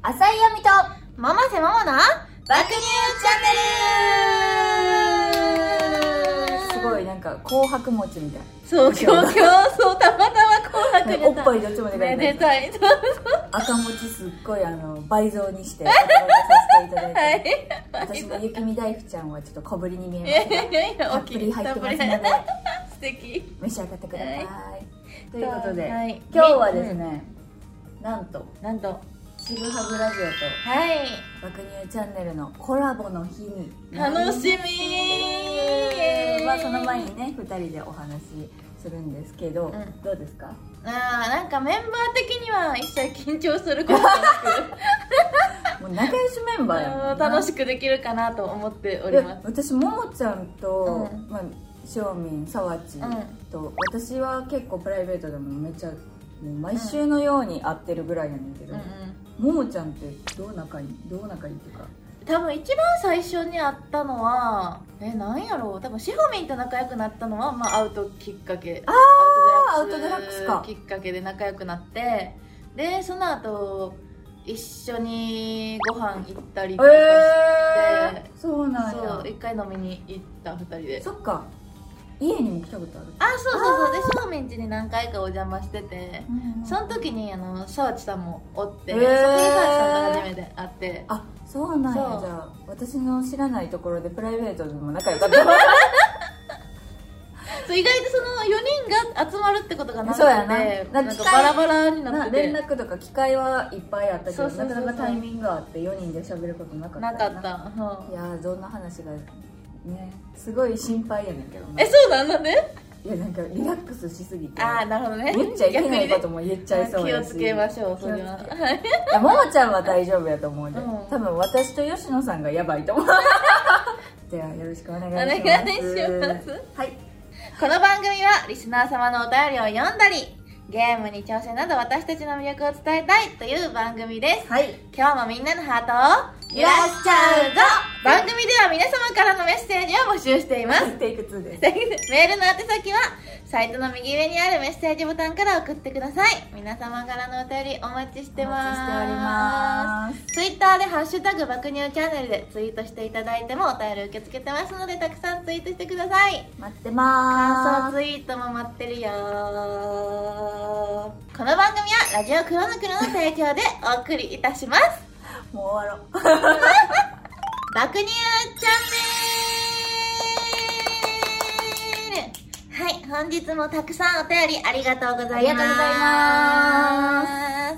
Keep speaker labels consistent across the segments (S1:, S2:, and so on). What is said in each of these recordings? S1: 浅井亜美と
S2: ママセママな
S1: 爆乳チャンネル
S2: す
S1: す
S2: ご
S1: ご
S2: い
S1: いなんか紅白餅みたい
S2: そう今日今日そうたまたま紅白出た
S1: おっぱいどっちもでかい
S2: めでたいそう
S1: 赤餅すっごいあの倍増にして働かせていただいて、
S2: はい
S1: 私も雪見大福ちゃんはちょっと小ぶりに見
S2: い
S1: え
S2: や
S1: ま
S2: い
S1: すが
S2: やいや
S1: た
S2: 大
S1: っ
S2: き
S1: ぷり
S2: い
S1: 入ってますの
S2: たっ
S1: で
S2: ぷり素敵
S1: 召し上がってください、ということで、
S2: はい
S1: 今日はですね、なんと
S2: なんと
S1: 「ちぐはぐラジオ」と
S2: はい
S1: 「爆乳チャンネル」のコラボの日に
S2: 楽しみ
S1: まあその前にね2人でお話しするんですけど、
S2: ん
S1: どうですか
S2: あーなんかメンバー的には一切緊張することな く
S1: もう仲良しメンバーやも
S2: あ
S1: ん
S2: ー
S1: な
S2: 楽しくできるかなと思っておりま
S1: いや
S2: す
S1: 私ももちゃんと、
S2: うん
S1: まあ、しょうみんさわちと、私は結構プライベートでもめっちゃもう毎週のように会ってるぐらいやねんけ
S2: う
S1: ど、
S2: んうん
S1: ももちゃんってどう仲いいどう仲いいっていうか
S2: 多分一番最初に会ったのはえなんやろう多分シホミンと仲良くなったのは、まあ、アウトきっかけあ
S1: ーアウト
S2: きっかけで仲良くなってでその後一緒にご飯行ったりとかして、
S1: えー、そうなん
S2: そう
S1: や
S2: 一回飲みに行った二人で
S1: そっか家にも来たことある
S2: あそうそうそうでシホミン家に何回かお邪魔しててその時にあの沢地さんもおって、
S1: へー
S2: そこに沢地さんと初めて会って
S1: あそうなんや
S2: そう
S1: じゃあ私の知らないところでプライベートでも仲良かった
S2: そう意外とその4人が集まるってことがなくて
S1: そうやな
S2: な
S1: なん
S2: んか
S1: か近い
S2: バラバラにな
S1: な
S2: って
S1: 連
S2: て
S1: 絡とか機会はいっぱいあったけ
S2: そ
S1: ど
S2: うそうそう
S1: な
S2: そう
S1: かなかタイミングがあって4人で喋ることなかった
S2: な
S1: よ
S2: かった、うん
S1: いやーどんな話がねすごい心配やねんけどな
S2: えそうなんだね
S1: いやなんかリラックスしすぎて
S2: ああなるほどね
S1: 言っちゃいけないこと
S2: も
S1: も言っちゃいそう
S2: 気
S1: や
S2: を
S1: し
S2: つけましょうそれは
S1: 気をつけ
S2: はい
S1: いやももちゃんは大丈夫やと思うで、
S2: うん
S1: 多分私と吉野さんがやばい と思うではよろしくお願いし
S2: お
S1: ま
S2: 願
S1: す
S2: いします
S1: はい
S2: この番組はリスナー様のお便りを読んだりゲームに挑戦など私たちの魅力を伝えたいという番組です
S1: はい
S2: 今日もみんなのハートを
S1: いらっしゃい
S2: ぞ番組では皆様からのメッセージを募集しています
S1: テイク2です
S2: メールの宛先はサイトの右上にあるメッセージボタンから送ってください皆様からのお便りお待ちしてます
S1: お待ちしております
S2: ツイッターで「ハッシュタグ爆乳チャンネル」でツイートしていただいてもお便り受け付けてますのでたくさんツイートしてください
S1: 待ってま
S2: 感
S1: ー
S2: 想ツ
S1: す
S2: イートも待ってるよこの番組はラジオクロノクロの提供でお送りいたします
S1: もう終わろう
S2: 爆乳チャンネルはい、本日もたくさんお便りありがとうございます。
S1: あ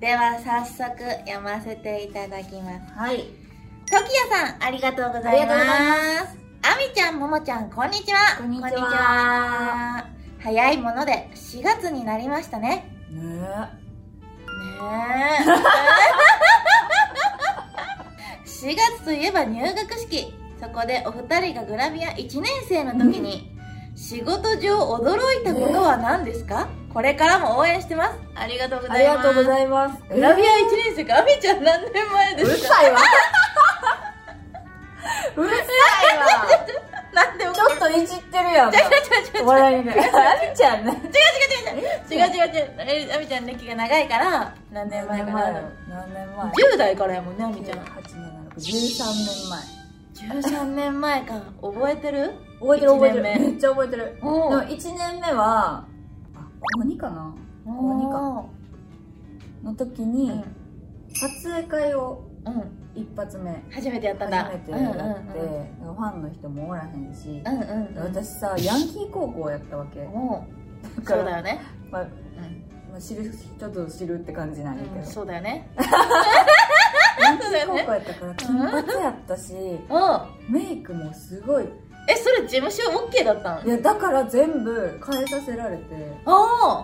S2: では早速読ませていただきます。
S1: はい
S2: ときやさん、ありがとうございます。あみちゃん、ももちゃん、こんにちは。
S1: こんにちは
S2: 早いもので4月になりましたね。
S1: ね
S2: ねえ 4月といえば入学式そこでお二人がグラビア1年生の時に仕事上驚いたことは何ですかこれからも応援してますありがとうご
S1: あ
S2: ざ
S1: り
S2: います
S1: がとうございます
S2: グラビア1年生かアミちゃん何年前
S1: う
S2: で
S1: る
S2: すか
S1: さいわうるさいわ
S2: 何でも
S1: ちょっといじってるやん
S2: 違う違う違う違う違う違う違う違う違う
S1: 笑いがあみちゃんね
S2: 違う違うアミちゃん歴が長いから何年前かな
S1: 何年前
S2: 10代からやもんねアミちゃん
S1: 8年13年前
S2: 13年前か覚えてる
S1: 覚えてる覚えて
S2: 一
S1: る
S2: 年目
S1: めっちゃ覚えてるで
S2: お
S1: も
S2: う
S1: 1年目はあ高2かな高2か
S2: おー
S1: の時に撮影会を
S2: うん、うん、
S1: 一発目
S2: 初めてやったんだ
S1: 初めてやって
S2: うん
S1: ファンの人もおらへんし
S2: うんうんうんうん
S1: 私さヤンキー高校やったわけ
S2: うんもうそ
S1: だか
S2: うだ
S1: ら
S2: よね
S1: まあ
S2: うん
S1: まあ知る人ぞ知るって感じなんや
S2: うん
S1: けど
S2: そうだよね
S1: ヤンキ
S2: そうだ
S1: ー
S2: よね
S1: 高校やったから金髪やったし
S2: お
S1: メイクもすごい
S2: えそれ事務所 OK だった
S1: い
S2: の
S1: やだから全部変えさせられて
S2: お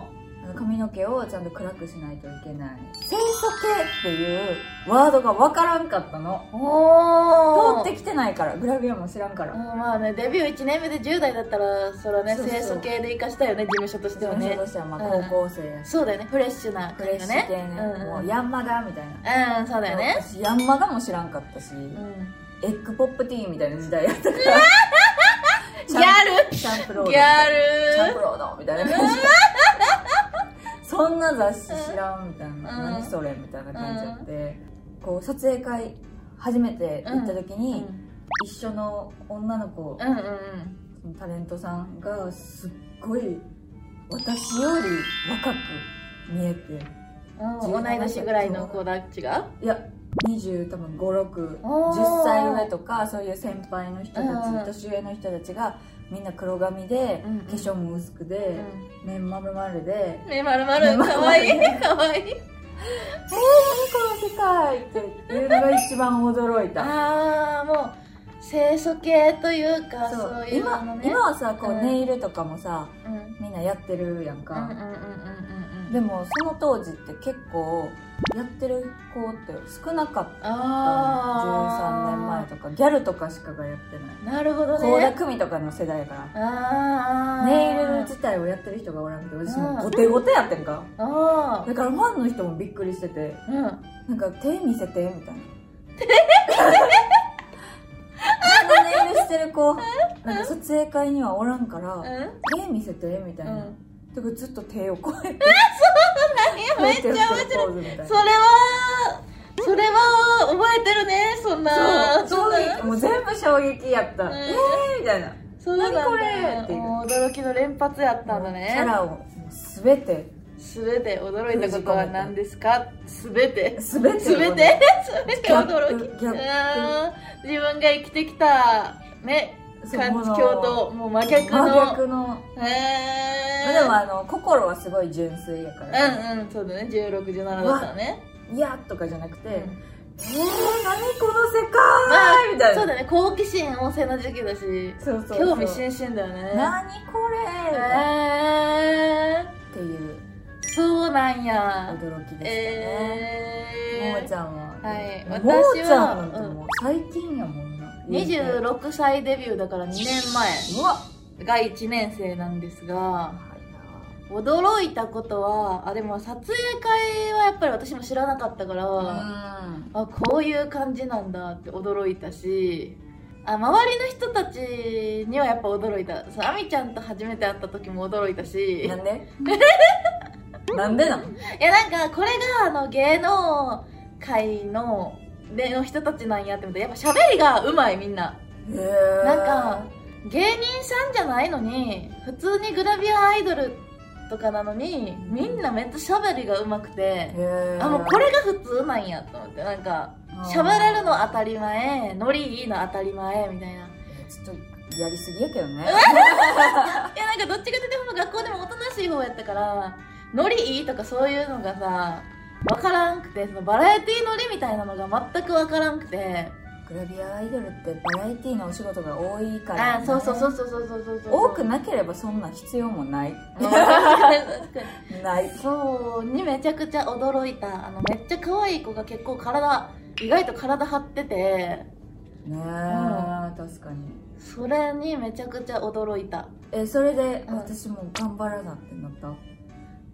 S2: ー
S1: あの髪の毛をちゃんと暗くしないといけない清楚系っていうワードが分からんかったの
S2: お
S1: 通
S2: お
S1: ってきてないからグラビアも知らんから、
S2: まあねデビュー1年目で10代だったらそれはね
S1: そうそう
S2: 清楚系で生かしたよね事務所として
S1: で
S2: は
S1: もね
S2: ね
S1: としてはまあ高校生やし、
S2: そうだよねフレッシュな
S1: フ
S2: 感
S1: レッ
S2: じ
S1: シ
S2: が
S1: ュ
S2: ね
S1: 系ね、
S2: うん
S1: もうヤンマガみたいな
S2: うんそうだよね
S1: 私ヤンマガも知らんかったし、
S2: うん
S1: エッグポップティーンみたいな時代やった から
S2: ギャ
S1: ルシャンプロ
S2: ル
S1: ード
S2: ギ
S1: シャ
S2: ャ
S1: ンプ
S2: ル
S1: ロードみたいな感じそんな雑誌知らんみたい
S2: う
S1: な、
S2: ん
S1: 何それみたいな感じやって、こう撮影会初めて行った時
S2: うん
S1: に、一緒の女の子、
S2: うんうん
S1: そのタレントさんがすっごい私より若く見えて
S2: うん同い年ぐらいの子たちが
S1: いや20多分5610
S2: おー
S1: 歳上とかそういう先輩の人たち、
S2: うん
S1: 年上の人たちがみんな黒髪で、
S2: うん
S1: 化粧も薄くで、目まるまるで
S2: 目丸々かわいいかわいい
S1: 「えー、何この世界!」っていうのが一番驚いた。
S2: ああもう清楚系というか
S1: そ
S2: そうういう
S1: 今
S2: のね
S1: 今はさこ
S2: う
S1: うんネイルとかもさ、
S2: うん
S1: みんなやってるやん
S2: うんうんうん
S1: か、
S2: うんうん
S1: でもその当時って結構やってる子って少なかった13
S2: ああ
S1: 年前とかギャルとかしかがやってない
S2: なるほどね
S1: 倖田來未とかの世代やから
S2: ああ
S1: ネイル自体をやってる人がおらんくて私もう
S2: うん
S1: ゴテゴテやってんか
S2: あ
S1: だからファンの人もびっくりしてて
S2: あうん
S1: なんか手見せてみたいなあんなネイルしてる子なんか撮影会にはおらんから
S2: うん
S1: 手見せてみたいな、
S2: うん
S1: だからずっと手をこうやって
S2: いやめっちゃ面白い
S1: こうやってやってるポーズみたいな
S2: それはそれは覚えてるねそんな
S1: そう
S2: だ
S1: 衝撃もう全部衝撃やった、
S2: ん
S1: えーみたいな
S2: そうなんだ
S1: 何これっていう
S2: もう驚きの連発やったんだ
S1: キャ
S2: ね
S1: ラを全て
S2: 全て驚いたことは何ですか全て
S1: 全て
S2: 全て全て驚き
S1: ギャップギャップ
S2: うーん自分が生きてきたね
S1: そう
S2: 環境
S1: も
S2: ともう真逆
S1: う真
S2: の
S1: 逆の、
S2: へ
S1: まあ
S2: ー
S1: でもあの心はすごい純粋やから、
S2: うんうんそうだね1617だったね
S1: いやとかじゃなくて、え
S2: う
S1: ー、
S2: ん
S1: 何この世界、
S2: まあ
S1: みたいな
S2: そうだね好奇心旺盛な時期だし
S1: そうそうそう
S2: 興味津々だよね
S1: 何これ、
S2: へえ
S1: っていう
S2: そうなんや
S1: 驚きでしたね、
S2: え
S1: もーち
S2: ー
S1: ゃんは、
S2: はい
S1: もーちゃん
S2: 私は
S1: なんてもう最近やもんな
S2: 26歳デビューだから2年前
S1: うわは
S2: が1年生なんですが
S1: いな
S2: 驚いたことはあでも撮影会はやっぱり私も知らなかったから、
S1: うん
S2: あこういう感じなんだって驚いたしあ周りの人たちにはやっぱ驚いたそう亜美ちゃんと初めて会った時も驚いたし
S1: なん でなんでなん
S2: いやなんかこれがあの芸能界のでの人たちなんやって思ってやっぱ喋りがうまいみんなな
S1: な
S2: んか芸人さんじゃないのに普通にグラビアアイドルとかなのにみんなめっちゃ喋りがうまくてあもうこれが普通なんやと思ってなんか喋れるの当たり前ノリいいの当たり前みたい ない
S1: ちょっとやりすぎやけどね
S2: やなんかどっちかっていうとほんま学校でもおとなしい方やったからノリいいとかそういうのがさ分からんくてそのバラエティノリみたいなのが全く分からんくて
S1: グラビアアイドルってバラエティのお仕事が多いから、
S2: あ
S1: ね、
S2: そうそうそうそうそうそうそうそう
S1: 多く なければそんな必要もない
S2: うん確かに確かに
S1: ない
S2: そうにめちゃくちゃ驚いたあのめっちゃ可愛い子が結構体意外と体張ってて
S1: ねえ、確かに
S2: それにめちゃくちゃ驚いた
S1: えそれで、
S2: うん
S1: 私も頑張らなってなった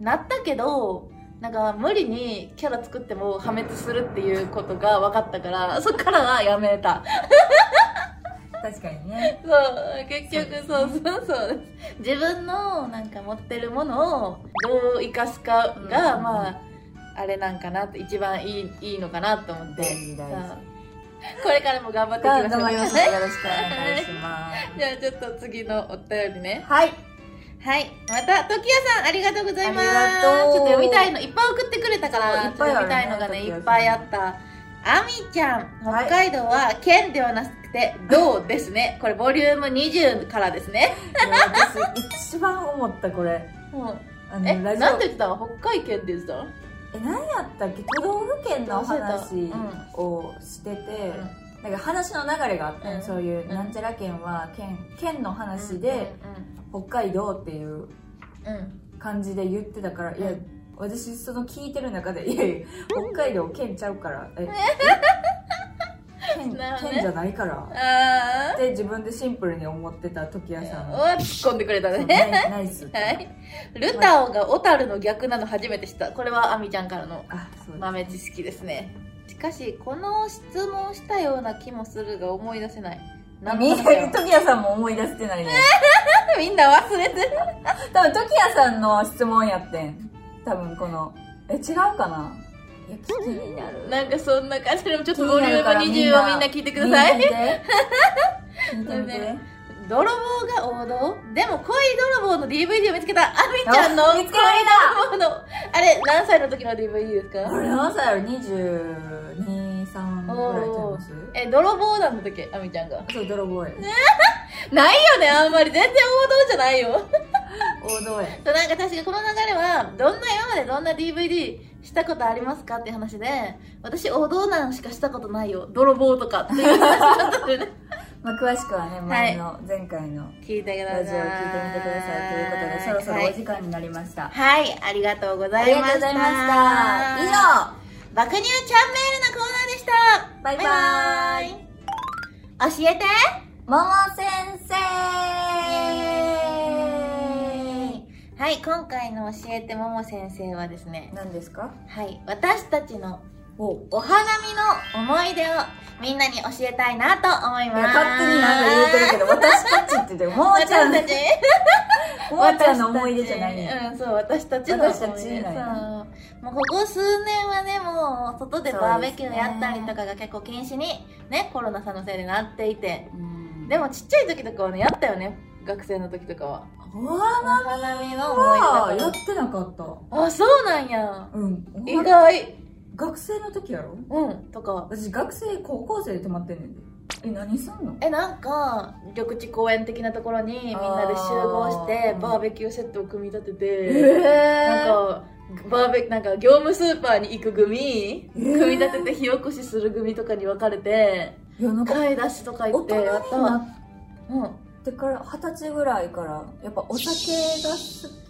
S2: なったけどなんか無理にキャラ作っても破滅するっていうことが分かったからそっからはやめた
S1: 確かにね
S2: そう結局そうそうそう自分のなんか持ってるものをどう生かすかが、
S1: うん
S2: まああれなんかなって一番いいいいのかなと思って
S1: 大事大事
S2: そうこれからも頑張っていきましょう
S1: 頑張りましょうよろしくお願いしま
S2: じゃあちょっと次のお便りね
S1: すはい
S2: はいまた時矢さんありがとうございます
S1: あり
S2: ちょっ
S1: がとう
S2: と読みたいのいっぱい送ってくれたから
S1: そうい
S2: ち
S1: っ
S2: ょっと
S1: ぱい
S2: 読みたい
S1: あるね
S2: のがね
S1: 時矢
S2: い
S1: さん
S2: っぱいあったあみちゃん
S1: はい
S2: 北海道は県ではなくてどうです ねこれボリューム20からですね
S1: もう私一番思ったこれ
S2: もう
S1: あの
S2: え
S1: ラジ
S2: な
S1: オ
S2: んて言ってたの北海県って言ってたの
S1: え何やったっけ都道府県の話をしてて、なんか話の流れがあったの、
S2: うん
S1: そういううんなんちゃら県は県県の話で北海道っていう
S2: うんうん
S1: 感じで言ってたからい
S2: う
S1: や
S2: ん
S1: 私その聞いてる中でいやいや北海道県ちゃうから え県
S2: なるほどね
S1: 県じゃないから
S2: ああ
S1: って自分でシンプルに思ってた時屋さんは
S2: 突っ込んでくれた
S1: そう
S2: ね
S1: ナイナイスって
S2: はい。ルタオが小樽の逆なの初めて知った。これはアミちゃんからの
S1: あそうです
S2: 豆知識ですね。しかし、この質問したような気もするが思い出せない。なん
S1: みん
S2: だ
S1: な
S2: ろう
S1: 時屋さんも思い出してないね
S2: みんな忘れてる。
S1: 多分時矢さんの質問やってん多分このえ違うかないや気になる
S2: なんかそんな感じでもちょっとボリューム20をみんな聞いてください
S1: みんな見て聞いてみて、
S2: ね泥棒が王道でも恋泥棒の DVD を見つけたあみちゃんの
S1: あ見つけた
S2: 恋泥棒のあれ何歳の時の DVD です
S1: あ
S2: か
S1: れ何歳やろ223ぐらいちゃいます
S2: え泥棒なんだっけあみちゃんが
S1: そう泥棒や、
S2: ないよねあんまり全然王道じゃないよ
S1: 王道や
S2: そうなんか確かこの流れはどんな今までどんな DVD したことありますかっていう話で私王道なんしかしたことないよ泥棒とかっていう話だったんでね
S1: まあ、詳しくはね前の前回の
S2: 聞いてくださ
S1: ラ
S2: い
S1: ジオを聞いてみてくださいということでそろそろお時間になりました、
S2: はい、ありがとうご
S1: あ
S2: ざ
S1: り
S2: い
S1: が
S2: ま
S1: と
S2: し
S1: うござ
S2: た。
S1: いました以上
S2: 爆乳チャンネルのコーナーでした。
S1: バイバーイ
S2: バイバーイ。教えて
S1: もも先生
S2: はい、今回の教えてもも先生はですね、
S1: 何ですか
S2: はい、私たちの
S1: お
S2: お花見の思い出をみんなに教えたいなと思い
S1: い
S2: ます。
S1: や勝手になんか言うてるけど私たちって言ってるもうちゃん
S2: 私たち
S1: もうちゃんの思い出じゃないね
S2: うん、そう、私たちの思い出。
S1: 私たちなんや
S2: そうもうここ数年はね、もう外でバーベキューやったりとかが結構禁止に、ね、コロナさんのせいでなっていて。
S1: うん
S2: でもちっちゃい時とかはね、やったよね。学生の時とかは。
S1: お
S2: お
S1: 花
S2: 花見の思
S1: はい
S2: 出と
S1: やっ
S2: か。
S1: てなかった
S2: あ、そうなんや。
S1: うんお
S2: 意
S1: 花
S2: 外。
S1: 学生の時やろ
S2: うん、とか。
S1: 私学生高校生で泊まってんねんでえ何すんの
S2: え、なんか、緑地公園的なところにみんなで集合して
S1: あ、ー
S2: バーベキューセットを組み立てて。なん
S1: え
S2: かバーベなんか業務スーパーに行く組、
S1: えー
S2: 組み立てて火起こしする組とかに分かれて
S1: いやなんか
S2: 買い出しとか行
S1: 大
S2: って
S1: 人に
S2: やった
S1: な
S2: わ
S1: っ
S2: うん
S1: てから二十歳ぐらいからやっぱお酒が好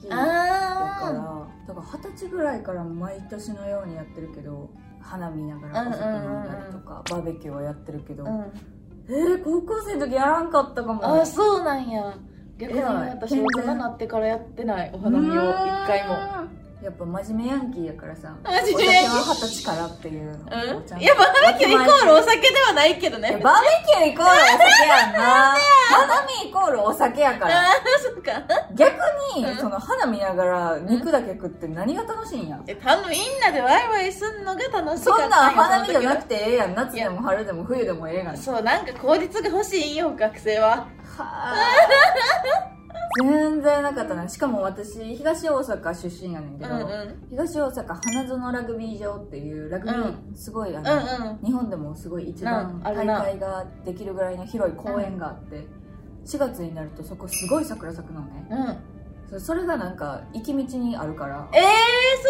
S1: きだから
S2: あ
S1: だから二十歳ぐらいから毎年のようにやってるけど花見ながらお酒飲んだりとかバーベキューはやってるけど、
S2: ー、うん、
S1: えー、高校生の時やらんかったかも
S2: あーそうなんや逆に
S1: 偉い
S2: 私大人になってからやってないお花見を一回も
S1: やっぱ真面目ヤンキーやからさ
S2: 真面目ヤンキー
S1: お酒は二十歳からっていうの
S2: う
S1: をちゃん
S2: ん
S1: と
S2: いやバーベキューイコールお酒ではないけど
S1: いや
S2: ね
S1: バーベキューイコールお酒やんな花見イコールお酒やか
S2: あ
S1: ら
S2: ーそっか
S1: 逆に
S2: うん
S1: その花見ながら肉だけ食って何が楽しいんや
S2: え多分みんなでワイワイすんのが楽しか
S1: そ
S2: ったよ
S1: んなん花見じ
S2: その
S1: ゃ
S2: 時は
S1: なくてええやん夏でも春でも冬でもええがな
S2: そうなんか効率が欲しいんよ学生は
S1: はー 全然なかったなしかも私東大阪出身やねん
S2: う
S1: け
S2: んう
S1: ど、
S2: んうん
S1: 東大阪花園ラグビー場っていうラグビーすごいあの、
S2: うん
S1: 日本でもすごい一
S2: う
S1: 番
S2: んあ
S1: 大
S2: るな
S1: 会ができるぐらいの広い公園があって、4月になるとそこすごい桜咲くのね
S2: うん
S1: そそれがなんか行き道にあるから
S2: ええー、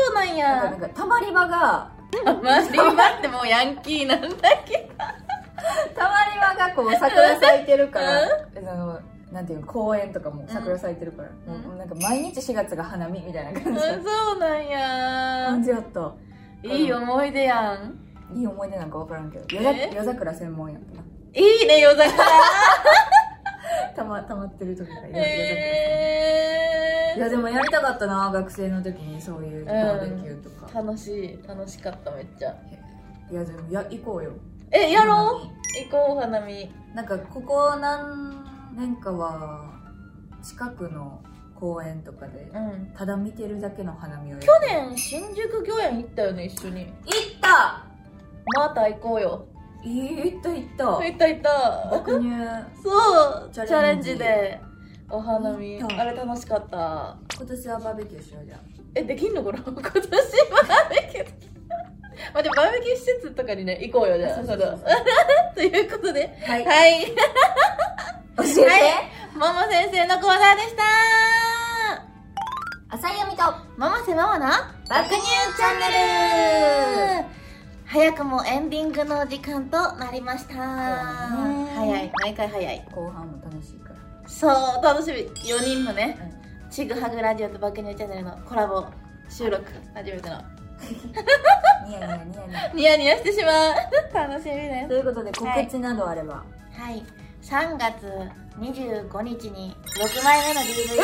S2: そうなん
S1: だからな
S2: や
S1: ん。かたまり場が
S2: あまあ、リーバってもうヤンキーなんだけ
S1: たまり場がこう桜咲いてるから、
S2: う
S1: あのなんていうの公園とかも桜咲いてるから、
S2: うん
S1: もうなんか毎日4月が花見みた いな
S2: ど。
S1: 感じ、
S2: そうなん
S1: 感
S2: や。
S1: じやった
S2: いい思い出やん。
S1: いい思い出なんか分からんけど夜ざ
S2: え
S1: 夜桜専門やったない
S2: いね、夜桜。
S1: たまたまってる時が夜夜桜
S2: え
S1: いやでもやりたかったな学生の時にそういうバーベキューとか、
S2: ー、楽しい。楽しかった、めっちゃ。
S1: いやでもや行こうよ
S2: え、やろう行こう、お花見。
S1: うなんかここ何年かは近くの公園とかで
S2: うん。
S1: ただ見てるだけの花見を去
S2: 去年、新宿御苑行ったよね、一緒に。
S1: 行った
S2: また行こうよ。
S1: えー行った行っ
S2: 行った行ったた。
S1: 爆乳
S2: そう、チ
S1: チャレンジ
S2: ャレンジで。お花見。
S1: 行った
S2: あれ楽しかった。
S1: 今年はバーベキューしようじゃん
S2: えできんの これ今年バーベキューまあでもバーベキュー施設とかにね行こうよじゃあ
S1: そうそうそう
S2: その ということで
S1: はい、
S2: はい
S1: 教えて、
S2: はいもも先生のコーナーでした
S1: 浅井亜美と
S2: ももせももの
S1: 爆乳チャンネル
S2: 早くもエンディングの時間となりました早い毎回早い
S1: 後半も楽しい から
S2: そう楽しみ4人のねちぐはぐラジオと爆乳チャンネルのコラボ収録初めての
S1: ニヤニヤニヤニヤ
S2: ニヤニヤしてしまう 楽しみです
S1: ということで告知などあれば、
S2: はい、3月25日に6枚目の DVD、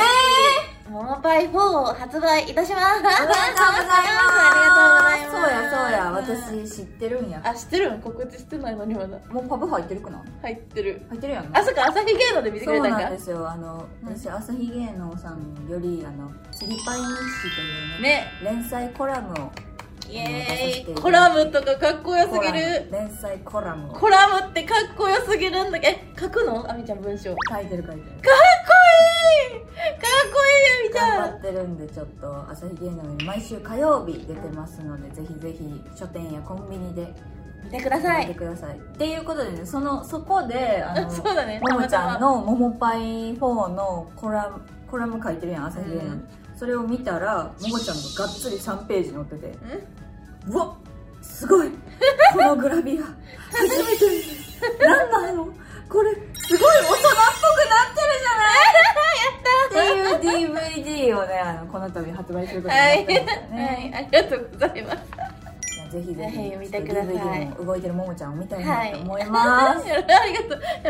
S2: モモパイ4を発売いたします。
S1: おめでとうございます。そうや
S2: ありがとうございます。
S1: そうや、私知ってるんや。
S2: あ、知ってるん告知してないのにまだ。
S1: もうパブ入ってるかな
S2: 入ってる。
S1: 入ってるやん
S2: あ、
S1: な。
S2: そっか、朝日芸能で見てく
S1: そ
S2: れ
S1: う
S2: たん
S1: な
S2: か
S1: んで。すよ。あの、私、朝日芸能さんより、あの、釣りパイ日誌というね、
S2: ね。
S1: 連載コラムを
S2: イ
S1: 出させ
S2: エ
S1: ていただ
S2: ー
S1: い
S2: イ
S1: て
S2: コラムとかかっこよす
S1: コ
S2: ぎ
S1: ラム
S2: る
S1: 連載コラムを
S2: コラムってかっこよすぎるんだけどえ書くのあみちゃん文章かっ
S1: 書いてる書いてる
S2: こいいかっこいいあみち
S1: 頑
S2: ゃ
S1: 張
S2: ん
S1: ってるんでちょっと朝日芸能に毎週火曜日出てますのでぜひぜひ書店やコンビニで
S2: 見てくださ
S1: 見て
S2: い
S1: ください、っていうことでねそのそこであ
S2: あ
S1: の
S2: そうだね
S1: ももちゃん
S2: の
S1: の「ももパイ4」のコラムコラム書いてるやん朝日芸能に、
S2: うん
S1: それを見たらももちゃんががっつり3ページ載っててうわすごいこのグラビア初めて見るなんなのこれすごい大人っぽくなってるじゃないっていう DVD をねあのこの度発売することにな
S2: は
S1: った
S2: い、
S1: んですよね、
S2: はい、ありがとうございます。
S1: いやぜひぜ
S2: ぜひ
S1: ひ
S2: 見てください
S1: DVD も動いてるももちゃんを見たい
S2: はい、
S1: なと思います、
S2: す。 ありがと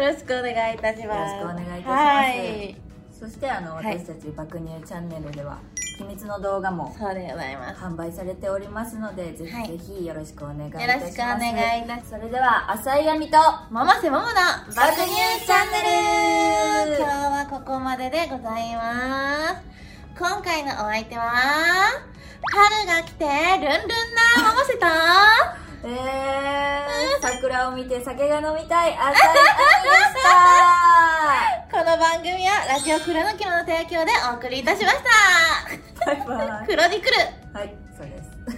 S2: う、よろしくお願いいたします。
S1: よろしくお願いいたします
S2: はい、
S1: そしてあの
S2: はい
S1: 私たち爆乳チャンネルでは秘密の動画も
S2: そうでございます。
S1: 販売されておりますのでぜ
S2: はい
S1: ひぜひよろしくお願いいたし
S2: よ
S1: ま
S2: ろし
S1: す、
S2: くお願いいたします。
S1: それでは浅井亜美と
S2: マせママの
S1: 爆
S2: 爆
S1: 乳
S2: 乳
S1: チ
S2: チ
S1: ャ
S2: ャ
S1: ン
S2: ン
S1: ネ
S2: ネ
S1: ル
S2: ル今日はここまででございます。今回のお相手は、春が来てルンルンなママセと、
S1: えー、桜を見て酒が飲みたい浅井亜美でし た
S2: この番組はラジオ黒の肝の提供でお送りいたしました。
S1: バイバイ。
S2: 黒に来る
S1: はい、そうです。